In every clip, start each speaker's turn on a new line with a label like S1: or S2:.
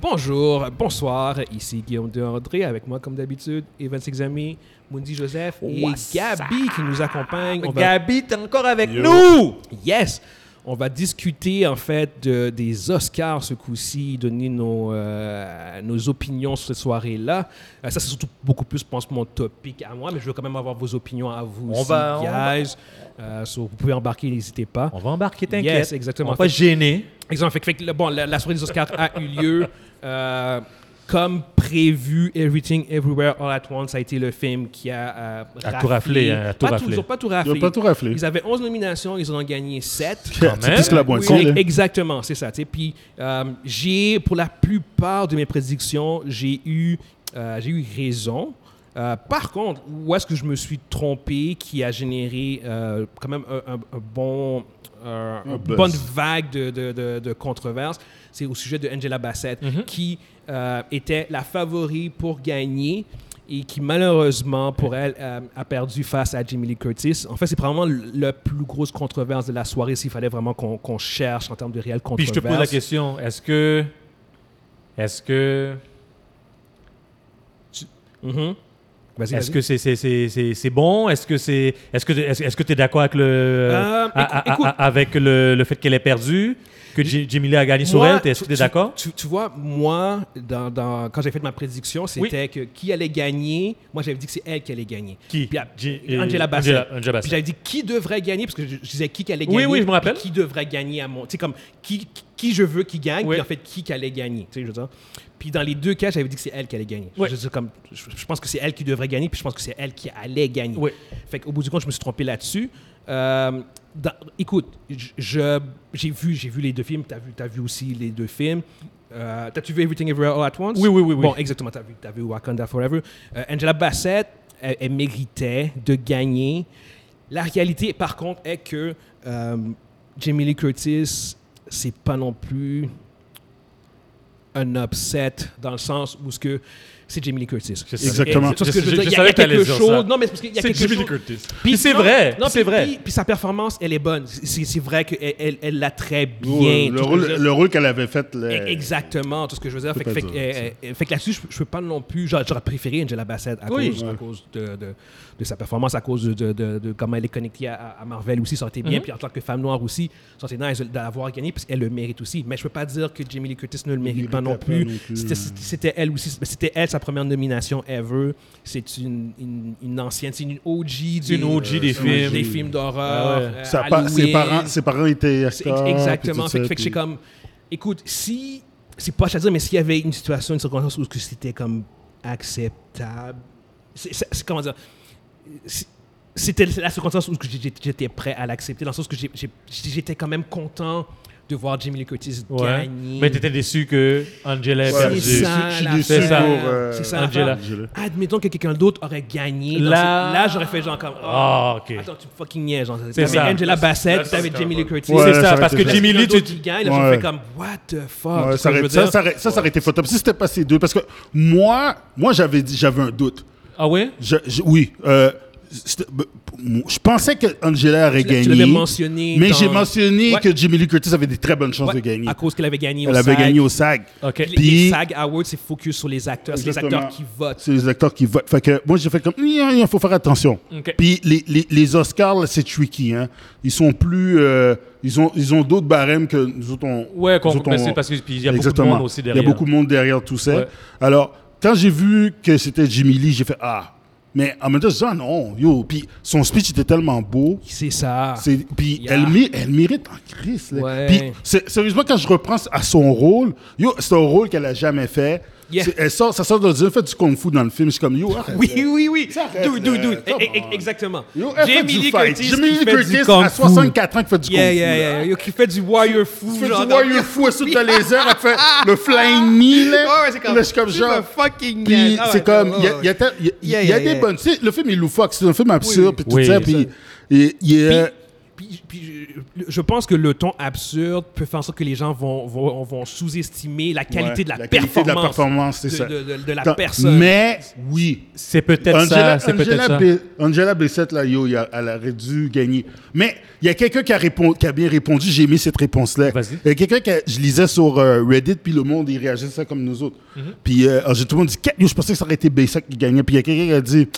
S1: Bonjour, bonsoir, ici Guillaume de André avec moi comme d'habitude et 26 amis, Mundi Joseph et
S2: What's
S1: Gabi qui nous accompagne. On va-
S2: Gabi, t'es encore avec
S3: Yo.
S2: nous!
S1: Yes! On va discuter en fait de- des Oscars ce coup-ci, donner nos, euh, nos opinions sur cette soirée-là. Euh, ça, c'est surtout beaucoup plus, je pense, mon topic à moi, mais je veux quand même avoir vos opinions à vous
S2: On
S1: aussi,
S2: va- on va-
S1: guys. Euh, so, vous pouvez embarquer, n'hésitez pas.
S2: On va embarquer, t'inquiète.
S1: Yes, exactement.
S2: On va pas se gêner.
S1: Exemple, fait, que- fait que le- bon, la, la soirée des Oscars a eu lieu. euh, comme prévu, Everything Everywhere All at Once a été le film qui a, euh,
S2: A tout raflé, hein, a tout
S1: pas
S2: raflé.
S1: Ils n'ont pas tout raflé.
S3: Ils ont pas tout raflé.
S1: Ils avaient 11 nominations, ils en ont gagné 7.
S2: Quand
S3: Tu
S2: même.
S3: pisses la
S1: Oui,
S3: boîte. là.
S1: exactement, c'est ça. tu sais. Puis euh, j'ai, pour la plupart de mes prédictions, j'ai eu, euh, j'ai eu raison. Euh, par contre, où est-ce que je me suis trompé qui a généré euh, quand même un, un- un bon, euh,
S3: Un
S1: une
S3: buzz.
S1: bonne vague de, de- de- de controverses, c'est au sujet de Angela Bassett,
S2: Mhm.
S1: qui euh, était la favorite pour gagner et qui malheureusement pour elle euh, a perdu face à Jamie Lee Curtis. En fait, c'est probablement le- la plus grosse controverse de la soirée s'il fallait vraiment qu'on qu'on cherche en termes de réelle
S2: Puis
S1: controverse.
S2: je te pose la question, est-ce que... Est-ce que...
S1: Mhm. Vas-y,
S2: Est-ce
S1: vas-y.
S2: que c'est c'est- c'est- c'est- c'est bon? Est-ce que c'est... Est-ce que est-ce est-ce que t'es d'accord avec le...
S1: Euh,
S2: a-
S1: écou-
S2: a- a-
S1: écoute.
S2: avec le, le fait qu'elle ait perdu? Que Ji- Jimmy Lee a gagné sur
S1: Moi,
S2: elle? T'es- Est-ce que
S1: tu-
S2: t'es
S1: tu-
S2: d'accord?
S1: tu, tu vois, moi, dans, dans- quand j'ai fait ma prédiction, c'était que qui allait gagner. Moi, j'avais dit que c'est elle qui allait gagner.
S2: Qui?
S1: Puis, à-
S2: Ji-
S1: Angela
S2: euh,
S1: Bassett.
S2: Angela- Angela Bassett.
S1: Puis j'avais dit qui devrait gagner, parce que je, je disais qui qui allait
S2: Oui,
S1: gagner.
S2: oui, je me
S1: puis
S2: rappelle.
S1: Qui devrait gagner à mon. Tu sais, comme qui, qui je veux qui gagne,
S2: Oui.
S1: puis en fait, qui qui allait gagner. Tu sais, je veux dire. Puis dans les deux cas, j'avais dit que c'est elle qui allait gagner.
S2: Oui.
S1: Je, veux dire, comme, je, je pense que c'est elle qui devrait gagner, puis je pense que c'est elle qui allait gagner.
S2: Oui.
S1: Fait qu'au bout du compte, je me suis trompé là-dessus. Euh, dans- écoute, j- je- j'ai vu, j'ai vu les deux films. T'as vu, t'as vu aussi les deux films. Euh, T'as-tu vu Everything Everywhere All at Once?
S2: Oui, oui, oui, oui.
S1: Bon, exactement. T'as vu, t'as vu Wakanda Forever. Euh, Angela Bassett, elle, elle méritait de gagner. La réalité, par contre, est que euh, Jamie Lee Curtis, c'est pas non plus un upset dans le sens où ce que c'est Jamie Lee Curtis.
S2: Je sais.
S3: Exactement.
S1: C'est tout ce que
S2: Je-
S1: je veux
S2: je-
S1: dire.
S2: je
S1: Il y a- il y
S2: savais
S1: a
S2: que t'allais
S1: quelque
S2: dire
S1: chose.
S2: ça.
S1: Non, mais c'est parce qu'il y a
S3: C'est
S1: quelque
S3: Jimmy
S1: chose.
S3: Lee Curtis.
S2: Puis c'est
S1: non,
S2: vrai,
S1: non,
S2: c'est
S1: puis-
S2: vrai.
S1: Puis, puis sa performance, elle est bonne. C'est c'est vrai qu'elle elle, elle l'a très bien.
S3: Ouais,
S1: tout
S3: Le
S1: ce que
S3: rôle,
S1: je veux dire.
S3: le rôle qu'elle avait fait. là,
S1: E- Exactement, tout ce que je veux dire.
S3: Faut
S1: Fait, que-
S3: pas
S1: fait,
S3: dire,
S1: que, euh, euh, fait que là-dessus, je, je peux pas non plus. J'aurais j'aurais préféré Angela Bassett à
S2: Oui.
S1: cause, à cause de, de- de sa performance, à cause de, de- de- de comment elle est connectée à, à Marvel aussi. Ça aurait été bien.
S2: Mhm.
S1: Puis en tant que femme noire aussi, ça aurait été nice de- d'avoir gagné. Puis elle le mérite aussi. Mais je peux pas dire que Jamie Lee Curtis ne le mérite pas non
S3: méritait pas
S1: plus.
S3: non plus.
S1: C'était- C'était elle aussi. C'était elle sa première nomination ever. C'est une, une, une ancienne, c'est une OG des, euh,
S2: Une OG des
S3: films.
S1: des films d'horreur.
S2: Ah ouais.
S1: euh,
S3: Sa pa- ses,
S1: Halloween.
S3: parents, ses parents étaient
S1: C'est
S3: acteurs,
S1: ex-
S3: puis
S1: Exactement.
S3: tout
S1: Fait, que-
S3: ça,
S1: fait que
S3: puis-
S1: c'est comme, écoute, si, c'est pas à dire, mais s'il y avait une situation, une circonstance où que c'était comme acceptable, c'est c'est- c'est- comment dire, c'est- c'était la circonstance où que j'ai- j'étais prêt à l'accepter, dans le sens que j'ai- j'ai- j'étais quand même content de voir Jimmy Lee Curtis
S2: Ouais.
S1: gagner.
S2: Mais t'étais déçu que Angela ait
S3: Ouais,
S1: C'est
S3: je
S2: perdu.
S3: suis-
S1: ça,
S3: je suis
S1: la
S3: déçu
S1: fin.
S3: pour, euh,
S1: C'est ça, la
S2: Angela.
S1: fin. Admettons que quelqu'un d'autre aurait gagné. dans
S2: Là-
S1: ce- là j'aurais fait genre comme. Ah,
S2: Ah, OK.
S1: Attends, tu me fucking niaises. genre.
S2: C'est
S1: T'avais
S2: ça.
S1: Angela
S4: Là,
S1: Bassett,
S4: ça,
S1: t'avais
S4: c'était
S1: Jamie
S4: un
S1: Lee
S4: vol.
S1: Curtis.
S3: Ouais,
S2: c'est
S3: ça
S2: ça,
S3: aurait
S2: parce
S3: été
S2: que
S3: ça.
S2: Jimmy Lee, tu-
S1: qui gagne, là,
S3: Ouais.
S1: je fais comme what the fuck.
S3: Ouais,
S1: Tu
S3: ça,
S1: vois ce que
S3: aurait,
S1: je veux
S3: ça,
S1: dire?
S3: ça aurait- ça, ça aurait été fucked up. Si c'était pas ces deux, parce que moi, moi j'avais dit, j'avais un doute.
S2: Ah ouais?
S3: Je- je- oui. euh, c'était- b- m- je pensais que Angela aurait
S1: Tu l'as- tu
S3: gagné.
S1: l'avais mentionné
S3: Mais
S1: dans-
S3: j'ai mentionné
S1: Ouais.
S3: que Jimmy Lee Curtis avait des très bonnes chances
S1: Ouais,
S3: de gagner.
S1: À cause qu'elle avait gagné au
S3: Elle avait
S1: SAG.
S3: gagné au SAG.
S2: OK.
S1: Puis les- Les
S3: Puis-
S1: SAG Awards, c'est focus sur les acteurs. C'est les acteurs
S3: Exactement.
S1: qui votent.
S3: C'est les acteurs qui votent. Fait que moi, j'ai fait comme, il faut faire attention.
S2: Ok.
S3: Puis les, les, les Oscars, là, c'est tricky. Hein. Ils sont plus. euh, ils ont, ils ont d'autres barèmes que nous autres. On,
S2: Ouais, qu'on-
S3: nous autres,
S2: mais
S3: on-
S2: c'est parce que- puis il y a beaucoup de
S3: Exactement.
S2: monde aussi
S3: Il y
S2: derrière.
S3: a beaucoup de monde derrière tout ça.
S2: Ouais.
S3: Alors, quand j'ai vu que c'était Jimmy Lee, j'ai fait, ah. Mais en même temps, je dis, ah non, yo. Puis son speech était tellement beau.
S1: C'est ça.
S3: C'est- Puis
S1: Yeah.
S3: elle, mé- elle mérite en crise. là.
S1: Ouais.
S3: Puis c'est- sérieusement, quand je reprends à son rôle, yo, c'est un rôle qu'elle a jamais fait.
S1: Yeah.
S3: C'est- Elle sort, ça sort de elle fait du kung fu dans le film. Je suis comme yo. arrête,
S1: Oui,
S3: là.
S1: oui, oui.
S3: Ça reste,
S1: Dude, dude,
S3: euh,
S1: dude.
S3: come
S1: Eh, eh,
S3: on.
S1: Exactement.
S3: Yo, elle fait
S1: Jamie
S3: du
S1: Lee
S3: fight.
S1: Curtis
S3: Jimmy
S1: qui
S3: Lee
S1: fait du
S3: Curtis
S1: kung
S3: à
S1: fu.
S3: 64 ans qui fait du
S1: Yeah,
S3: kung fu.
S1: yeah,
S3: là.
S1: yeah. Yo, Qui fait du warrior fou.
S3: Elle fait
S1: genre,
S3: du
S1: dans-
S3: warrior fou, elle saute dans les airs, elle fait le flying knee. Là,
S1: Ouais, ouais, c'est comme.
S3: Là, je suis comme
S1: tu
S3: genre.
S1: me fucking
S3: Puis
S1: niaises. Ah ouais,
S3: c'est comme,
S1: ouais,
S3: il y a,
S1: ouais.
S3: il y a ta- il y a-
S1: Yeah,
S3: il y a
S1: yeah,
S3: des
S1: yeah.
S3: bonnes. tu sais, Le film est loufoque, c'est un film absurde,
S1: Oui.
S3: puis tout
S2: Oui,
S3: ça.
S2: ça.
S3: Puis il- il
S1: Puis-
S3: est.
S1: Puis, puis je, je pense que le ton absurde peut faire en sorte que les gens vont, vont, vont sous-estimer la qualité
S3: Ouais,
S1: de la,
S3: la
S1: performance,
S3: qualité de la performance, c'est
S1: de-
S3: ça.
S1: de- de- de la
S3: Attends,
S1: personne.
S3: Mais oui,
S2: C'est peut-être ça.
S3: Angela,
S2: C'est peut-être
S3: Angela
S2: ça.
S3: Be- Angela Bassett, là, yo, il a- elle aurait dû gagner. Mais il y a quelqu'un qui, a répon- qui a bien répondu, j'ai aimé cette réponse-là.
S2: Vas-y.
S3: Il y a quelqu'un que je lisais sur euh, Reddit, puis le monde, il réagissait ça comme nous autres.
S2: Mhm.
S3: Puis euh, alors, j'ai- tout le monde dit, Qu'est- yo, je pensais que ça aurait été Bassett qui gagnait. Puis il y a quelqu'un qui a dit,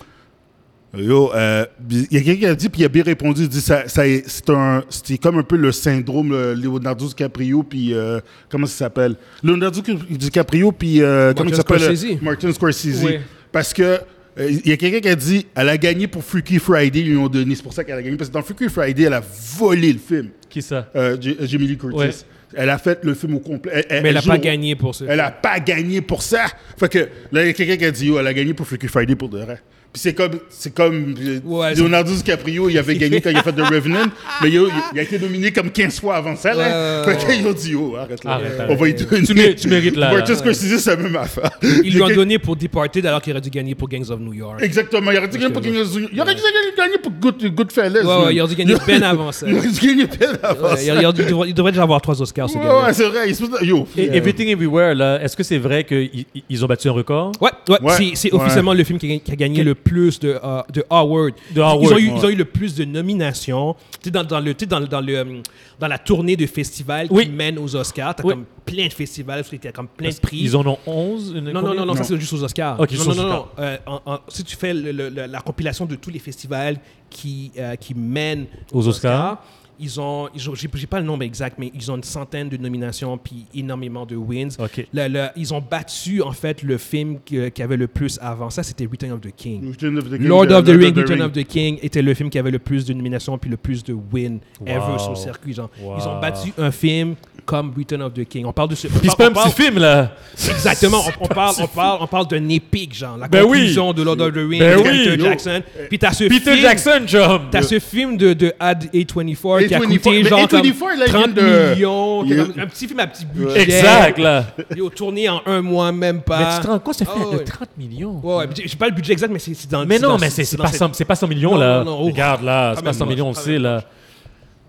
S3: yo, euh, il y a quelqu'un qui a dit, puis il a bien répondu, il dit, ça, ça est- c'est un, c'était comme un peu le syndrome euh, Leonardo DiCaprio, puis euh, comment ça s'appelle? Leonardo DiCaprio, puis euh, comment il
S1: Martin
S3: s'appelle? euh,
S1: Scorsese.
S3: Martin Scorsese.
S1: Oui.
S3: Parce que euh, il y a quelqu'un qui a dit elle a gagné pour Freaky Friday, ils lui ont donné. C'est pour ça qu'elle a gagné. Parce que dans Freaky Friday, elle a volé le film,
S2: Qui ça
S3: euh, J- euh, Jamie Lee Curtis.
S2: Ouais.
S3: Elle a fait le film au complet. Elle-
S1: Mais elle n'a
S3: joue
S1: pas
S3: au-
S1: gagné pour ça.
S3: Elle a pas gagné pour ça. Fait que là, il y a quelqu'un qui a dit oh, elle a gagné pour Freaky Friday pour de vrai. Puis c'est comme, c'est comme euh,
S1: Ouais,
S3: Leonardo DiCaprio, il avait gagné quand il a fait The Revenant, mais yo, il, il a été nominé comme 15 fois avant ça. Là.
S1: Ouais, ouais,
S3: fait qu'ils ont dit, oh, arrête là.
S2: Arrête,
S3: On va y
S1: arrête.
S3: donner.
S2: Tu mérites- tu mérites, là, là.
S3: Martin Scorsese, c'est la même affaire.
S1: Ils lui ont donné pour Departed alors qu'il aurait dû gagner pour Gangs of New York.
S3: Exactement. Il aurait dû gagner pour Gagner Il aurait dû gagner pour Good, Goodfellas.
S1: Ouais, ouais, il aurait dû gagner
S3: aurait-
S1: bien avant ça.
S3: Il aurait dû gagner bien avant
S1: Ouais, il,
S3: ça.
S1: il- il devrait, il devrait déjà avoir trois Oscars, ce
S3: Ouais,
S1: gars-là.
S3: ouais, c'est vrai. Il se peut- Yo.
S2: Et Everything Everywhere, là, est-ce que c'est vrai qu'ils ont battu un record
S1: Ouais, ouais,
S3: Ouais,
S1: c'est- c'est
S3: ouais.
S1: officiellement le film qui a, qui a gagné le plus de, euh, de Howard.
S2: De Howard,
S1: ils, ont eu,
S2: ouais.
S1: ils ont eu le plus de nominations. Tu sais, dans, dans, le, tu sais, dans, le- dans, le, hum, dans la tournée de festivals
S2: Oui.
S1: qui mène aux Oscars, t'as
S2: Oui.
S1: comme plein de festivals, t'as comme plein
S2: Parce
S1: de prix.
S2: Ils en ont 11 une-
S1: Non, non, non, non,
S2: combien
S1: ça c'est juste aux Oscars.
S2: Ok,
S1: non,
S2: juste
S1: non,
S2: aux
S1: non, non. Euh, en- en- si tu fais le- le- le- la compilation de tous les festivals qui, euh, qui mènent
S2: Aux Oscars.
S1: ils ont, ils ont j'ai j'ai pas le nombre exact, mais ils ont une centaine de nominations puis énormément de wins.
S2: Ok.
S1: Le- le- ils ont battu en fait le film que- qui avait le plus avant ça, c'était Return of the King.
S3: Return of the King,
S1: Lord
S3: euh,
S1: of the Ring, Return of the King était le film qui avait le plus de nominations puis le plus de wins ever
S2: Wow.
S1: sur le circuit. genre. Ils ont
S2: Wow.
S1: battu un film comme Return of the King. On parle de ce.
S2: Puis
S1: on
S2: c'est pas un
S1: parle-
S2: petit film, là
S1: Exactement, on, on parle, on parle, on parle d'un épique genre, la
S2: Ben oui.
S1: conclusion de Lord of the Rings,
S2: Ben
S1: de
S2: oui.
S1: Peter
S2: Yo.
S1: Jackson. Puis t'as ce
S2: Peter
S1: film,
S2: Jackson, chum
S1: t'as ce film de, de Ad A24, qui a
S3: A24,
S1: coûté
S3: mais
S1: genre comme
S3: A24, là, il vient
S1: 30
S3: de-
S1: millions, qui est
S3: il-
S1: comme un petit film à petit budget.
S2: Exact, là
S1: Yo, tourné en un mois même pas.
S2: Mais tu te rends compte, ça fait
S1: Ah, ouais.
S2: de 30 millions
S1: Ouais, ouais, j'ai- j'ai pas le budget exact, mais c'est c'est dans.
S2: Mais non,
S1: dans-
S2: mais c'est c'est
S1: dans
S2: pas,
S1: cette-
S2: 100 c'est pas 100 millions,
S1: Non,
S2: là
S1: non, non, oh.
S2: Regarde, là, c'est
S1: même
S2: pas 100 millions, on le
S1: pas
S2: sait,
S1: même
S2: là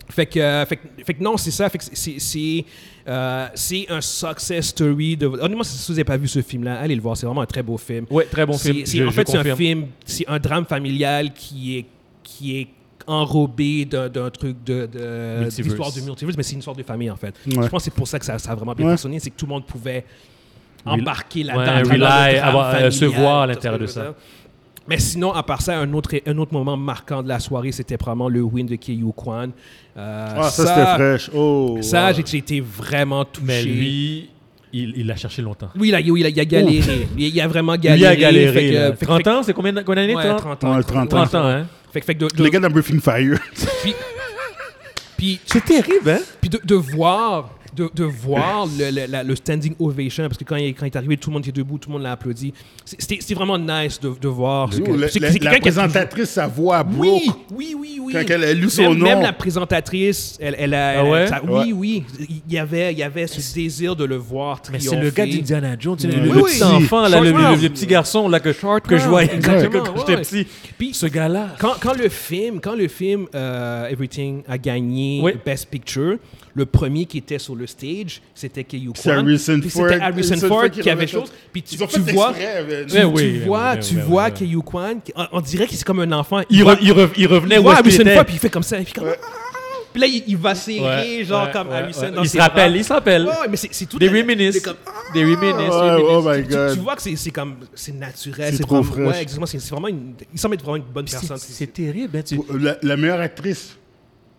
S1: Fait que, euh, fait, que- fait que non, c'est ça. Fait que c'est- c'est c'est, euh, c'est un success story. De... Honnêtement, si vous n'avez pas vu ce film-là, allez le voir. C'est vraiment un très beau film.
S2: Ouais, très bon
S1: C'est-
S2: film,
S1: c'est-
S2: je-
S1: en
S2: je
S1: fait, c'est un
S2: confirme.
S1: film, c'est un drame familial qui est, qui est enrobé d'un d'un truc de, de
S2: Multiverse.
S1: d'histoire de multiverse, mais c'est une histoire de famille en fait.
S3: Ouais.
S1: Je pense que c'est pour ça que ça, ça a vraiment bien
S3: Ouais.
S1: fonctionné, c'est que tout le monde pouvait embarquer là-dedans,
S2: Ouais,
S1: à travers le
S2: rely,
S1: drame
S2: avoir- euh, se
S1: familial,
S2: voir à
S1: tout
S2: l'intérieur
S1: ce que
S2: de
S1: je veux
S2: ça.
S1: dire. Mais sinon, à part ça, un autre, un autre moment marquant de la soirée, c'était probablement le win de Keiyu Kwan. Euh,
S3: Ah, ça, c'était fraîche. Oh.
S1: Ça,
S3: wow.
S1: j'ai j'ai été vraiment touché.
S2: Mais lui, il il l'a cherché longtemps
S1: Oui, il a, oui, il a- il a galéré. Il, il a vraiment galéré.
S2: Lui a
S1: Fait
S2: galéré,
S1: que-
S2: là.
S1: fait que-
S2: 30 ans, c'est combien d'années, combien d'années,
S1: Ouais,
S2: 30?
S1: 30 ans.
S3: Ouais, 30 ans.
S2: 30 ans, hein
S1: Fait, que- fait que de, de-
S3: Les gars dans Briefing Fire.
S1: puis, puis,
S2: C'est terrible, hein
S1: puis de, de voir, de, de voir le, le- la- le standing ovation, parce que quand il, est- quand il est arrivé, tout le monde était debout, tout le monde l'a applaudi. C'est- C'était c'était vraiment nice de, de voir. ce
S3: Yo,
S1: que-
S3: la-
S1: c'est-
S3: la-
S1: c'est
S3: La
S1: quelqu'un qui a toujours-
S3: présentatrice, sa voix broke.
S1: Oui, oui, oui, oui.
S3: Quand elle a lu son
S1: même,
S3: nom.
S1: Même la présentatrice, elle, elle a.
S2: Ah ouais?
S1: elle- ça- oui,
S3: Ouais.
S1: oui. Il y avait, il y avait ce désir de le voir
S2: Mais
S1: triompher.
S2: c'est le gars d'Indiana Jones, le, le
S1: Oui,
S2: petit
S1: oui.
S2: enfant, là, le,
S1: Short
S2: le- le petit garçon là, que,
S1: Short
S2: que je
S1: round,
S2: voyais
S1: Ah, exactement,
S2: quand j'étais
S1: ouais.
S2: petit.
S1: Puis-
S2: ce gars-là.
S1: Quand, quand le film, quand le film euh, Everything a gagné
S2: Oui.
S1: Best Picture, le premier qui était sur le stage, c'était Keyu
S3: C'est
S1: Kwan.
S3: Harrison
S1: Puis
S3: Ford.
S1: C'était Harrison Ford qui avait chose. Puis tu,
S3: Ils ont
S1: tu
S3: fait
S1: vois,
S3: exprès, mais-
S1: tu, tu
S2: Ouais, Eh oui,
S1: vois,
S2: oui,
S1: tu
S2: oui,
S1: vois
S2: oui, oui.
S1: Keyu Kwan. qui- On, on dirait qu'il c'est comme un enfant.
S2: Il,
S1: voit-
S2: re- il re- il revenait
S1: il
S2: où
S1: voit
S2: est-ce qu'il
S1: Harrison
S2: était.
S1: Ford, puis il fait comme ça. Puis, comme, Ah! Puis là, il, il va serrer,
S2: Ouais,
S1: genre
S2: ouais,
S1: comme
S2: ouais,
S1: Harrison.
S2: ouais.
S1: dans
S2: Il
S1: ses
S2: se rappelle,
S1: bras.
S2: il se rappelle.
S1: Ouais, ouais, mais c'est c'est tout.
S2: Des
S1: la-
S2: reminisces.
S1: c'est comme- ah,
S2: Des reminisces.
S3: Ouais, oh my
S1: Tu, tu
S3: god.
S1: vois que c'est c'est comme c'est naturel,
S3: C'est
S1: c'est
S3: trop
S1: vraiment-
S3: fresh.
S1: Ouais, exactement. C'est c'est vraiment une. Il semble être vraiment une bonne
S2: C'est-
S1: personne.
S2: C'est terrible. hein, tu-
S3: La- La meilleure actrice.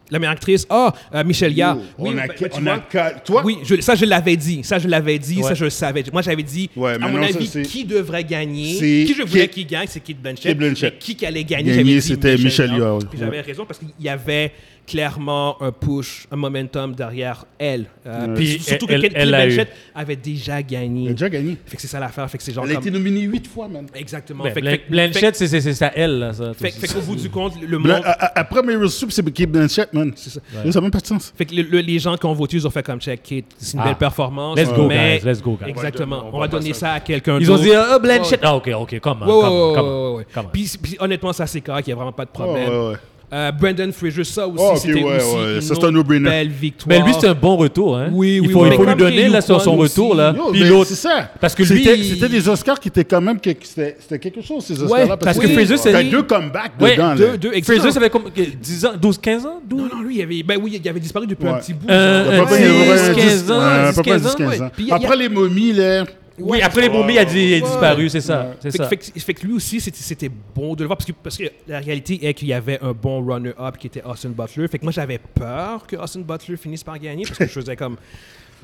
S1: La meilleure actrice. Ah, euh, Michel Yard.
S3: Yo, on a,
S1: bah, bah, tu
S3: on a
S1: vois,
S3: cal- toi,
S1: Oui, je- ça je l'avais dit. Ça je l'avais dit. Ça
S2: Ouais.
S1: je le savais. Moi j'avais dit.
S3: Ouais,
S1: à mon
S3: maintenant, ça,
S1: avis,
S3: c'est-
S1: qui devrait gagner
S3: C'est-
S1: Qui je voulais
S3: qui-
S1: qu'il gagne, c'est Kate Blanchett.
S3: Kate Blanchett.
S1: Mais qui allait gagner
S3: Gagner,
S1: j'avais dit
S3: c'était Michel Yard,
S1: Puis
S3: ouais.
S1: j'avais raison parce qu'il y avait clairement un push, un momentum derrière elle. Euh,
S2: Puis
S1: surtout
S2: elle-
S1: que Kate,
S2: elle
S1: Kate
S2: l'a eu.
S1: Blanchett avait déjà gagné.
S3: Elle a déjà gagné.
S1: Fait que c'est ça l'affaire. Fait que c'est genre
S3: Elle
S1: Oh,
S3: a
S1: comme-
S3: été nominée huit fois, man.
S1: Exactement.
S2: Ouais,
S1: Fait que-
S2: Ben, Blan-
S1: fait que-
S2: Blanchett, c'est- c'est c'est à elle. Là, ça.
S1: Fait, fait qu'au bout du compte, le
S3: Bla-
S1: monde.
S3: a- a- Après Meryl Streep, c'est Kate Blanchett, man.
S1: C'est ça.
S3: Ça n'a même pas de sens.
S1: Fait que le- le- les gens qui ont voté, ils ont fait comme check, Kate, c'est une
S2: Ah.
S1: belle performance.
S2: Let's go,
S1: mais-
S2: guys. Let's go, guys.
S1: Exactement.
S3: On va-
S1: On
S3: on
S1: va
S3: va
S1: donner
S3: passer.
S1: ça à quelqu'un
S2: Ils ont
S1: d'autre.
S2: dit ah, Blanchett. Ah, ok, ok, come on.
S1: Ouais, ouais,
S2: come on,
S1: ouais,
S2: come on,
S1: ouais, ouais, ouais.
S2: come on.
S1: Puis, puis honnêtement, ça, c'est correct. Il n'y a vraiment pas de
S3: Oh, Ouais,
S1: problème.
S3: ouais, ouais.
S1: Euh, Brandon Fraser, ça aussi,
S3: Ah, ok,
S1: c'était
S3: ouais,
S1: aussi
S3: ouais,
S1: une
S3: ça, c'est
S1: autre
S3: un no-brainer.
S1: belle victoire.
S2: Mais Ben, lui, c'est un bon retour. Hein.
S1: Oui, oui,
S2: il faut,
S1: oui. Mais
S2: il faut lui
S1: comme
S2: donner
S1: Kay
S2: là, sur son
S1: Lucwan
S2: retour.
S1: aussi.
S2: Là.
S3: Yo,
S2: Puis
S3: mais
S2: l'autre.
S3: c'est ça.
S2: Parce que lui.
S3: C'était
S2: il-
S3: c'était des Oscars qui étaient quand même. que- C'était c'était quelque chose, ces Oscars-là.
S1: Ouais,
S2: parce que Fraser, c'est-
S3: T'as deux comebacks
S2: Ouais,
S3: dedans. là.
S1: deux, deux exactement.
S2: Fraser, ça fait comme 10 ans, 12, 15 ans 12
S1: Non, non, lui, il avait, ben oui, il avait disparu depuis un
S3: Ouais.
S1: petit bout.
S2: Euh,
S1: genre.
S3: À peu près-
S2: Ouais,
S3: ouais,
S2: 10, 15 ans,
S3: ouais, à peu
S2: 10,
S3: près
S2: 15 ans,
S3: 10, 15
S1: ouais.
S3: ans.
S1: Puis il y a-
S3: Après les momies, là.
S2: Oui, après les momies, il a, dit- il a disparu, c'est ça. c'est
S1: Fait, que-
S2: ça.
S1: fait que- fait que lui aussi, c'était- c'était bon de le voir parce que, parce que la réalité est qu'il y avait un bon runner-up qui était Austin Butler. Fait que moi, j'avais peur que Austin Butler finisse par gagner parce que je faisais comme.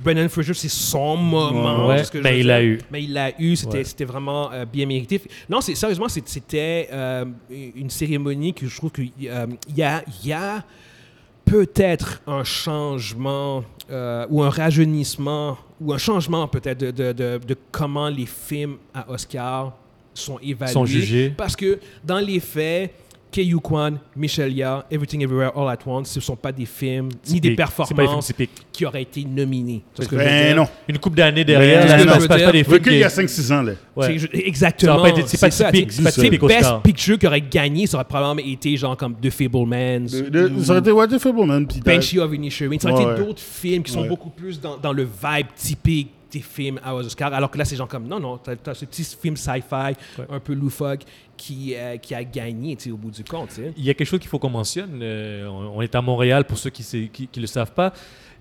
S1: Brennan Fraser, c'est son moment.
S2: Ouais,
S1: c'est ce que je
S2: mais
S1: veux
S2: il
S1: dire.
S2: l'a eu.
S1: Mais il l'a eu, c'était
S2: Ouais.
S1: c'était vraiment euh, bien mérité. Non, c'est- sérieusement, c'est- c'était euh, une cérémonie que je trouve qu'il y a. il Y a peut-être un changement euh, ou un rajeunissement ou un changement peut-être de, de- de- de comment les films à Oscar sont évalués.
S2: Sont jugés.
S1: Parce que dans les faits, Kei Kwan, Michel Yeoh, Everything Everywhere All At Once, ce ne sont pas des films ni des
S2: Typique. C'est pas des films
S1: performances
S2: typiques.
S1: qui auraient été nominés. Tu vois ce que je veux
S3: Ben
S1: dire?
S3: non.
S2: Une coupe d'années derrière,
S1: Mais-
S2: là,
S1: C'est ce
S2: ça
S1: que
S2: passe
S1: je veux
S2: pas
S1: dire.
S2: des films.
S3: Recul il y a
S2: qui-
S3: 5-6 ans, là.
S2: Ouais.
S1: C'est- je- exactement.
S2: Ça aurait pas été- c'est pas
S1: ça,
S2: typique,
S1: tu
S2: c'est pas
S1: sais,
S2: typique
S1: Best
S2: Oscar.
S1: Picture qui aurait gagné, ça aurait probablement été genre comme The Fablemans.
S3: De- de- Ça aurait été What the Fable, man. puis
S2: Ben,
S3: t'as-
S1: Banshee of Inisherin. Ça aurait
S3: Ouais.
S1: été d'autres films qui sont
S3: Ouais.
S1: beaucoup plus dans, dans le vibe typique des films à Oscar, alors que là, c'est genre comme, non, non, t'as as ce petit film sci-fi un peu loufoque qui, euh, qui a gagné, tu sais, au bout du compte, tu sais.
S2: Il y a quelque chose qu'il faut qu'on mentionne. euh, on on est à Montréal, pour ceux qui ne qui, qui le savent pas.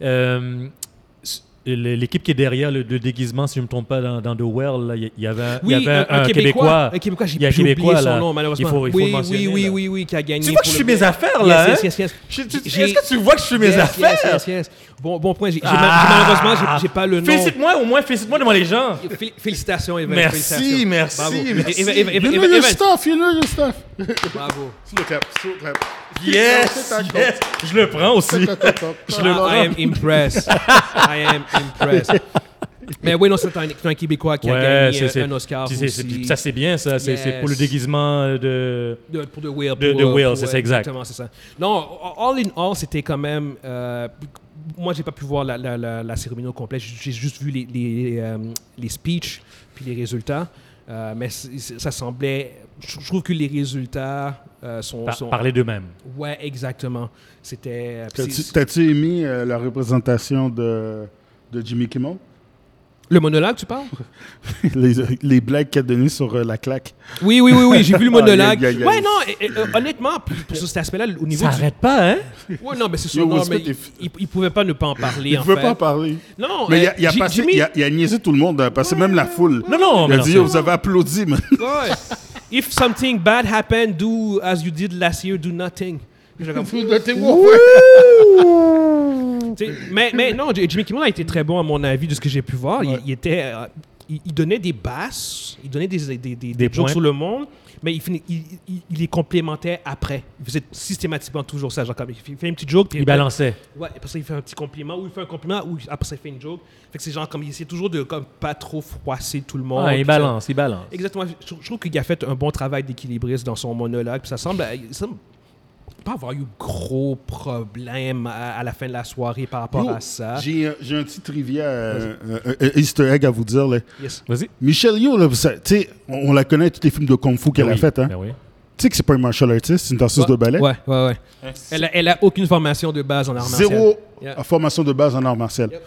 S2: Euh, s- le- L'équipe qui est derrière le, le déguisement, si je ne me trompe pas, dans, dans The Well, là, il y- il y avait un, il y
S1: Oui,
S2: avait un
S1: Un Québécois, j'ai
S2: Il y a un
S1: plus oublié
S2: Québécois,
S1: son
S2: là.
S1: nom, malheureusement.
S2: Il faut- il faut
S1: oui,
S2: le mentionner,
S1: oui, oui,
S2: là.
S1: oui, oui, qui a gagné.
S2: Tu vois que
S1: pour
S2: je suis
S1: le-
S2: mes affaires, là,
S1: Yes,
S2: hein?
S1: yes, yes,
S2: Je-
S1: yes.
S2: tu-
S1: J'ai-
S2: Est-ce que tu vois que je suis mes
S1: Yes,
S2: affaires
S1: yes, yes, yes. Bon, bon point. j'ai- j'ai
S2: Ah!
S1: mal- j'ai malheureusement, j'ai- j'ai pas le nom.
S2: Félicite-moi, au moins, félicite-moi devant les gens.
S1: Fé- Félicitations, Evan.
S2: Merci,
S1: félicitations.
S2: merci,
S1: Bravo.
S2: merci.
S1: Evan, Evan,
S3: You
S1: Evan,
S3: know
S1: Evan,
S3: your
S1: Evan.
S3: stuff, you know your stuff.
S1: Bravo.
S3: Slow clap, slow clap.
S2: Yes, yes. Je le prends aussi.
S1: Je I am impressed. I am impressed. Mais oui, non, c'est un, c'est un Québécois qui a
S2: Ouais,
S1: gagné euh,
S2: c'est- c'est-
S1: un Oscar
S2: c'est- c'est-
S1: aussi.
S2: Ça, c'est bien, ça. C'est c'est pour le
S1: Yes.
S2: déguisement de.
S1: de, pour The Will.
S2: De-
S1: pour,
S2: de
S1: euh,
S2: Will,
S1: pour,
S2: c'est
S1: euh,
S2: ça, exact.
S1: Exactement, c'est ça. Non, all in all, c'était quand même... euh, moi, j'ai pas pu voir la, la, la, la cérémonie au complet. J'ai juste vu les, les, euh, les speeches puis les résultats. Euh, mais c'est- c'est- ça semblait... Je je trouve que les résultats euh, sont...
S2: par-
S1: sont-
S2: parler d'eux-mêmes.
S1: Ouais, exactement. C'était... euh,
S2: Ah,
S3: T'as-tu-
S1: c'est-
S3: T'as-tu aimé euh, la représentation de, de Jimmy Kimmel?
S1: Le monologue, tu parles?
S3: les, les blagues qu'il a données sur euh, la claque.
S1: Oui, oui, oui, oui, j'ai vu le monologue.
S3: Aïe, aïe, aïe, aïe.
S1: Ouais, non, et- et, euh, honnêtement, pour, pour cet aspect-là, au niveau
S2: Ça arrête pas, hein?
S1: du... Ouais, non, mais c'est
S3: Yo,
S1: sûr, non,
S3: Will
S1: mais
S3: Smith
S1: il,
S3: est-
S1: il, il pouvait pas ne pas en parler,
S3: Il ne
S1: en
S3: pouvait
S1: fait.
S3: pas en parler.
S1: Non, non,
S3: Mais il
S1: euh,
S3: a, il a
S1: Ji-
S3: passé-
S1: Jimmy-
S3: il a- il a niaisé tout le monde, euh, parce que même la foule.
S2: Non, non,
S3: Il a
S2: mais non,
S3: dit,
S2: c'est-
S3: Yo, vous avez applaudi, man.
S1: Ouais. If something bad happened, do as you did last year, do nothing. J'étais comme, Tu sais, mais, mais non, J- Jimmy Kimmel a été très bon, à mon avis, de ce que j'ai pu voir. Il-
S3: Ouais.
S1: Il, était, euh, il, il donnait des basses, il donnait des, des, des, des
S2: Des
S1: jokes
S2: points.
S1: sur le monde, mais il, fini- il, il- il les complémentait après. Il faisait systématiquement toujours ça. Genre, comme, il fait- il fait une petite joke, puis
S2: Il balançait.
S1: Ouais, et après ça, il fait un petit compliment, ou il fait un compliment, ou après ça, il fait une joke. Fait que c'est genre comme, il essaie toujours de comme, pas trop froisser tout le monde.
S2: Ah, il
S1: puis ça.
S2: balance, il balance.
S1: Exactement. Je, trouve- je trouve qu'il a fait un bon travail d'équilibriste dans son monologue. Puis ça semble, euh, il semble pas avoir eu gros problème à, à la fin de la soirée par rapport
S3: Yo,
S1: à ça.
S3: J'ai un- j'ai un petit trivia, euh, euh, euh, easter egg à vous dire. Là.
S1: Yes.
S2: Vas-y.
S3: Michelle Yeoh, là, vous savez, tu sais, on, on la connaît, tous les films de Kung Fu qu'elle
S2: Ben
S3: a
S2: oui,
S3: fait. Hein.
S2: ben oui.
S1: Eh,
S3: Tu sais que c'est pas une martial artist, c'est une danseuse de ballet.
S1: Ouais, ouais, ouais. Elle a, elle a aucune formation de base en arts martiaux.
S3: Zéro euh,
S1: Yeah.
S3: formation de base en arts martial.
S1: Yeah.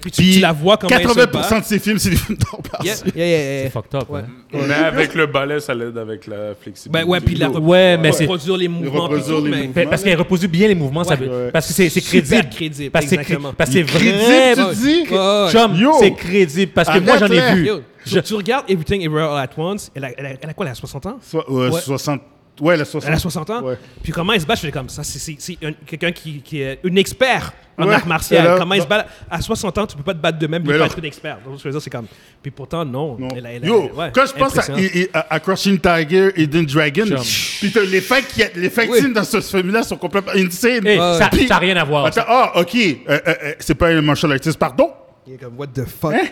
S1: Puis tu, tu la vois comme
S3: 80% de ses films, c'est des films d'arts
S1: Yeah,
S3: martiaux.
S1: yeah, yeah, yeah.
S2: C'est fucked up.
S1: Ouais.
S2: hein.
S4: Mais avec le ballet, ça l'aide avec la flexibilité.
S1: Ben ouais, puis de la
S2: Ouais,
S1: rep-
S2: mais c'est-
S1: reproduire les mouvements. puis
S3: reproduire
S1: tout,
S3: les
S1: mais-
S3: mouvements.
S2: Fait- parce qu'elle reproduit bien les mouvements. ça
S1: Ouais.
S2: veut-
S3: Ouais.
S2: Parce que c'est c'est
S1: Super
S2: crédible.
S1: crédible,
S2: Parce que c'est cré-
S1: exactement.
S2: parce que c'est
S3: Crédible,
S2: vraiment.
S3: tu dis?
S1: Ouais, ouais, ouais.
S2: Chum,
S3: Yo.
S2: c'est crédible. Parce que
S3: Arrête,
S2: moi, j'en ai
S3: là.
S2: vu.
S1: Yo, tu- tu regardes Everything Everywhere All At Once, elle a, elle a- elle a quoi, elle a 60 ans?
S3: Soit- ouais,
S1: Ouais.
S3: 60. Ouais, la 60.
S1: Elle a 60 ans.
S3: Ouais.
S1: Puis comment il se bat, je fais comme ça. C'est- C'est c'est un- quelqu'un qui, qui est une expert en
S3: Ouais.
S1: art martial.
S3: Et là,
S1: comment il se bat à 60 ans, tu peux pas te battre de même, il
S3: Mais
S1: pas
S3: alors-
S1: être une expert. Donc, je veux dire, c'est comme. Puis pourtant, non.
S3: Non.
S1: Elle a- elle a-
S3: Yo,
S1: ouais,
S3: quand je pense à,
S1: impressionnant.
S3: et- et- à- à Crushing Tiger et Hidden Dragon,
S2: Chum.
S3: puis t'as les faits qui- les factines dans ce film-là sont complètement insane.
S2: Hey, Eh, ça
S3: Puis-
S2: n'a rien à voir.
S3: Attends, ah, ok, euh, euh, euh, c'est pas un martial artist, pardon.
S1: Il est comme, what the fuck?
S3: Hein?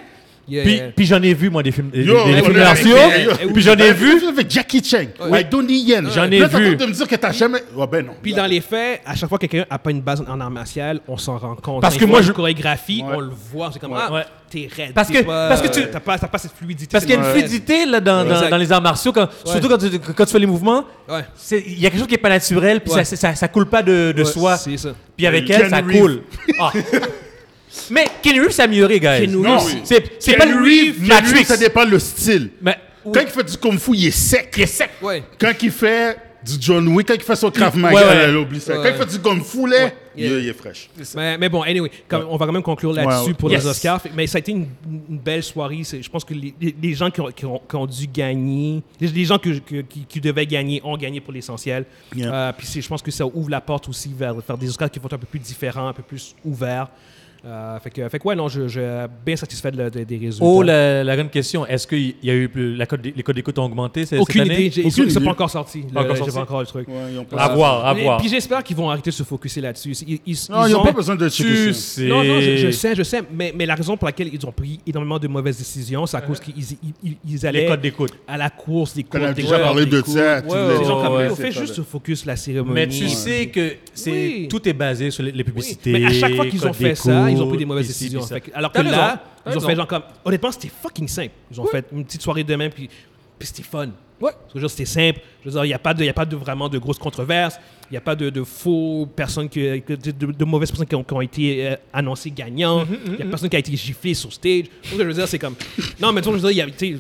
S1: Yeah,
S2: Puis,
S1: yeah.
S2: puis j'en ai vu, moi, des films, des,
S3: Yo,
S2: des
S3: on
S2: films
S3: est
S2: martiaux.
S3: avec-
S1: eh, oui.
S2: Puis j'en ai
S3: T'as
S2: vu.
S3: avec Jackie Chan,
S1: Ouais.
S3: avec Donnie Yen.
S2: J'en ai
S3: Là, t'es en
S2: vu.
S3: train de me dire que t'as jamais. Ouais, ben non.
S1: Puis dans les faits, à chaque fois que quelqu'un n'a pas une base en- en arts martial, on s'en rend compte.
S2: Parce
S1: Des
S2: que
S1: fois,
S2: moi,
S1: une
S2: je-
S1: chorégraphie,
S3: Ouais.
S1: on le voit, c'est comme ah,
S2: Ouais.
S1: t'es raide.
S2: Parce
S1: t'es
S2: que-
S1: pas-
S2: parce que tu-
S1: t'as pas, t'as pas cette fluidité.
S2: Parce
S1: c'est
S2: qu'il y a une
S1: comme-
S2: fluidité là, dans, dans-
S1: Exact.
S2: dans les arts martiaux, quand- surtout quand tu, quand tu fais les mouvements.
S1: Ouais.
S2: c'est- Il y a quelque chose qui n'est pas naturel, puis
S1: Ouais.
S2: ça, ça, ça coule pas de,
S1: Ouais,
S2: de soi.
S1: C'est ça.
S2: Puis avec
S3: Keanu
S2: elle, ça
S3: Reeves.
S2: coule. Ah. Mais Ken Reeves s'est amélioré, guys.
S1: Keanu
S3: Non.
S1: Reeves.
S2: C'est c'est pas
S3: Ken
S2: le
S3: Reeves, Ken
S2: Reeves Matrix.
S3: Reeves, ça dépend le style.
S2: Mais,
S3: Quand il fait du Kung Fu, il est sec.
S2: Il est sec.
S1: Ouais.
S3: Quand il fait du John Wick, quand il fait son Krav Maga,
S2: Ouais, ouais.
S3: là, l'oublie ça.
S1: Ouais.
S3: Quand il fait du Kung Fu, là, il,
S1: Yeah.
S3: il est fraîche.
S1: Mais, mais bon, anyway, quand- on va quand même conclure là-dessus
S3: Ouais, ouais.
S1: pour
S2: Yes.
S1: les Oscars. Fait- Mais ça a été une, une belle soirée. C'est- Je pense que les, les- les gens qui ont, qui ont- qui ont dû gagner, les, les gens que- que- qui, qui devaient gagner ont gagné pour l'essentiel.
S3: Yeah.
S1: Euh, puis c'est- je pense que ça ouvre la porte aussi vers vers des Oscars qui vont être un peu plus différents, un peu plus ouverts. Euh, fait, que, fait que ouais, non, je, je bien satisfait de la- de- des résultats.
S2: Oh, la, la grande question. Est-ce qu'il y a eu plus- la cote des- les codes d'écoute ont augmenté cette,
S1: Aucune
S2: cette année? Ah,
S1: idée. J'ai- Ils
S3: Aucune
S1: sont ils sont
S3: idée.
S1: pas encore sortis. Le-
S2: Pas encore
S1: j'ai
S2: sortis.
S1: pas encore le truc.
S3: Ouais, ils ont pas-
S2: À voir, à
S1: Mais-
S2: voir.
S1: Puis j'espère qu'ils vont arrêter de se focuser là-dessus. Ils, ils- ils-
S3: Non, ils
S1: ils
S3: n'ont
S1: ont-
S3: pas besoin de checker
S2: Tu
S3: ça.
S2: sais.
S1: Non, non, je, je sais, je sais, mais, mais la raison pour laquelle ils ont pris énormément de mauvaises décisions, c'est à cause qu'ils ils, ils- ils
S2: Les
S1: allaient
S2: codes d'écoute.
S1: à la course des
S3: On
S1: cours,
S3: a
S1: des
S3: déjà
S1: joueurs,
S3: parlé
S1: des
S3: de
S1: cours.
S3: ça. tous
S2: Ouais,
S3: les
S2: ouais,
S1: Ils ont
S3: jours.
S1: comme,
S2: ouais,
S1: Yo, fais juste se focus sur la cérémonie.
S2: Mais tu sais que c'est
S1: Oui.
S2: tout est basé sur les, les
S1: Oui,
S2: publicités.
S1: Mais à chaque fois qu'ils ont
S2: codes
S1: fait ça, ils ont pris des
S2: d'écoute,
S1: mauvaises
S2: ici, puis
S1: décisions.
S2: ça.
S1: Fait que- alors que
S2: T'as raison,
S1: là,
S2: t'as
S1: ils ont
S2: raison.
S1: fait genre comme. Honnêtement, c'était fucking simple. Ils ont fait une petite soirée demain, puis, puis c'était fun.
S2: Ouais.
S1: Parce que je veux dire, c'était simple. Je veux dire, il n'y a pas, de, il y a pas de, vraiment de grosses controverses. Il n'y a pas de, de faux personnes, que, que- de, de- de mauvaises personnes qui ont, qui ont été euh, annoncées gagnantes.
S2: Mm-hmm,
S1: Il n'y a personne qui a été giflé sur stage. Ce que je veux dire, c'est comme. Non, mais disons, je veux dire, il y a- tu sais,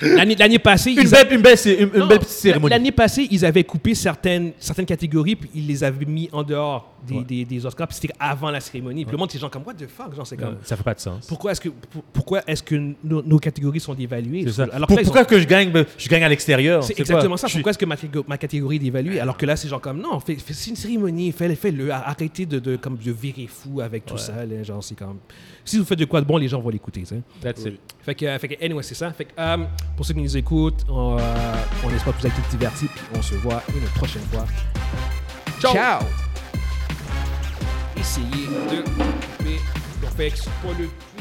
S1: L'année l'année passée,
S2: Une
S1: ils
S2: belle, une belle, cé- une, une
S1: non,
S2: belle petite cérémonie.
S1: L'année passée, ils avaient coupé certaines, certaines catégories, puis ils les avaient mis en dehors des, des, des Oscars, puis c'était avant la cérémonie. Puis le monde, c'est genre comme, what the fuck, genre, c'est comme,
S2: Ça fait pas de sens.
S1: pourquoi est-ce que, pour- pourquoi est-ce que nos, nos catégories sont dévaluées?
S2: C'est ça.
S1: Alors que
S2: Pour-
S1: là, ils
S2: pourquoi
S1: ont-
S2: que je gagne ben, Je gagne à l'extérieur.
S1: c'est
S2: quoi?
S1: exactement ça.
S2: Je suis-
S1: Pourquoi est-ce que ma, catégo- ma catégorie est dévaluée? Alors que là, c'est genre comme, non, fais, fais- c'est une cérémonie, fais-le, fais-le, Ar- arrêtez de, de, comme, de virer fou avec tout ça. là, genre, c'est comme, si vous faites de quoi de bon, les gens vont l'écouter, tu sais.
S2: That's it.
S1: Fait que, euh, fait que, anyway, c'est ça. Fait que, euh, pour ceux qui nous écoutent, on, euh, on espère que vous avez été divertis, puis on se voit une prochaine fois. Ciao! Essayez de couper ce qu'on fait, que ce soit le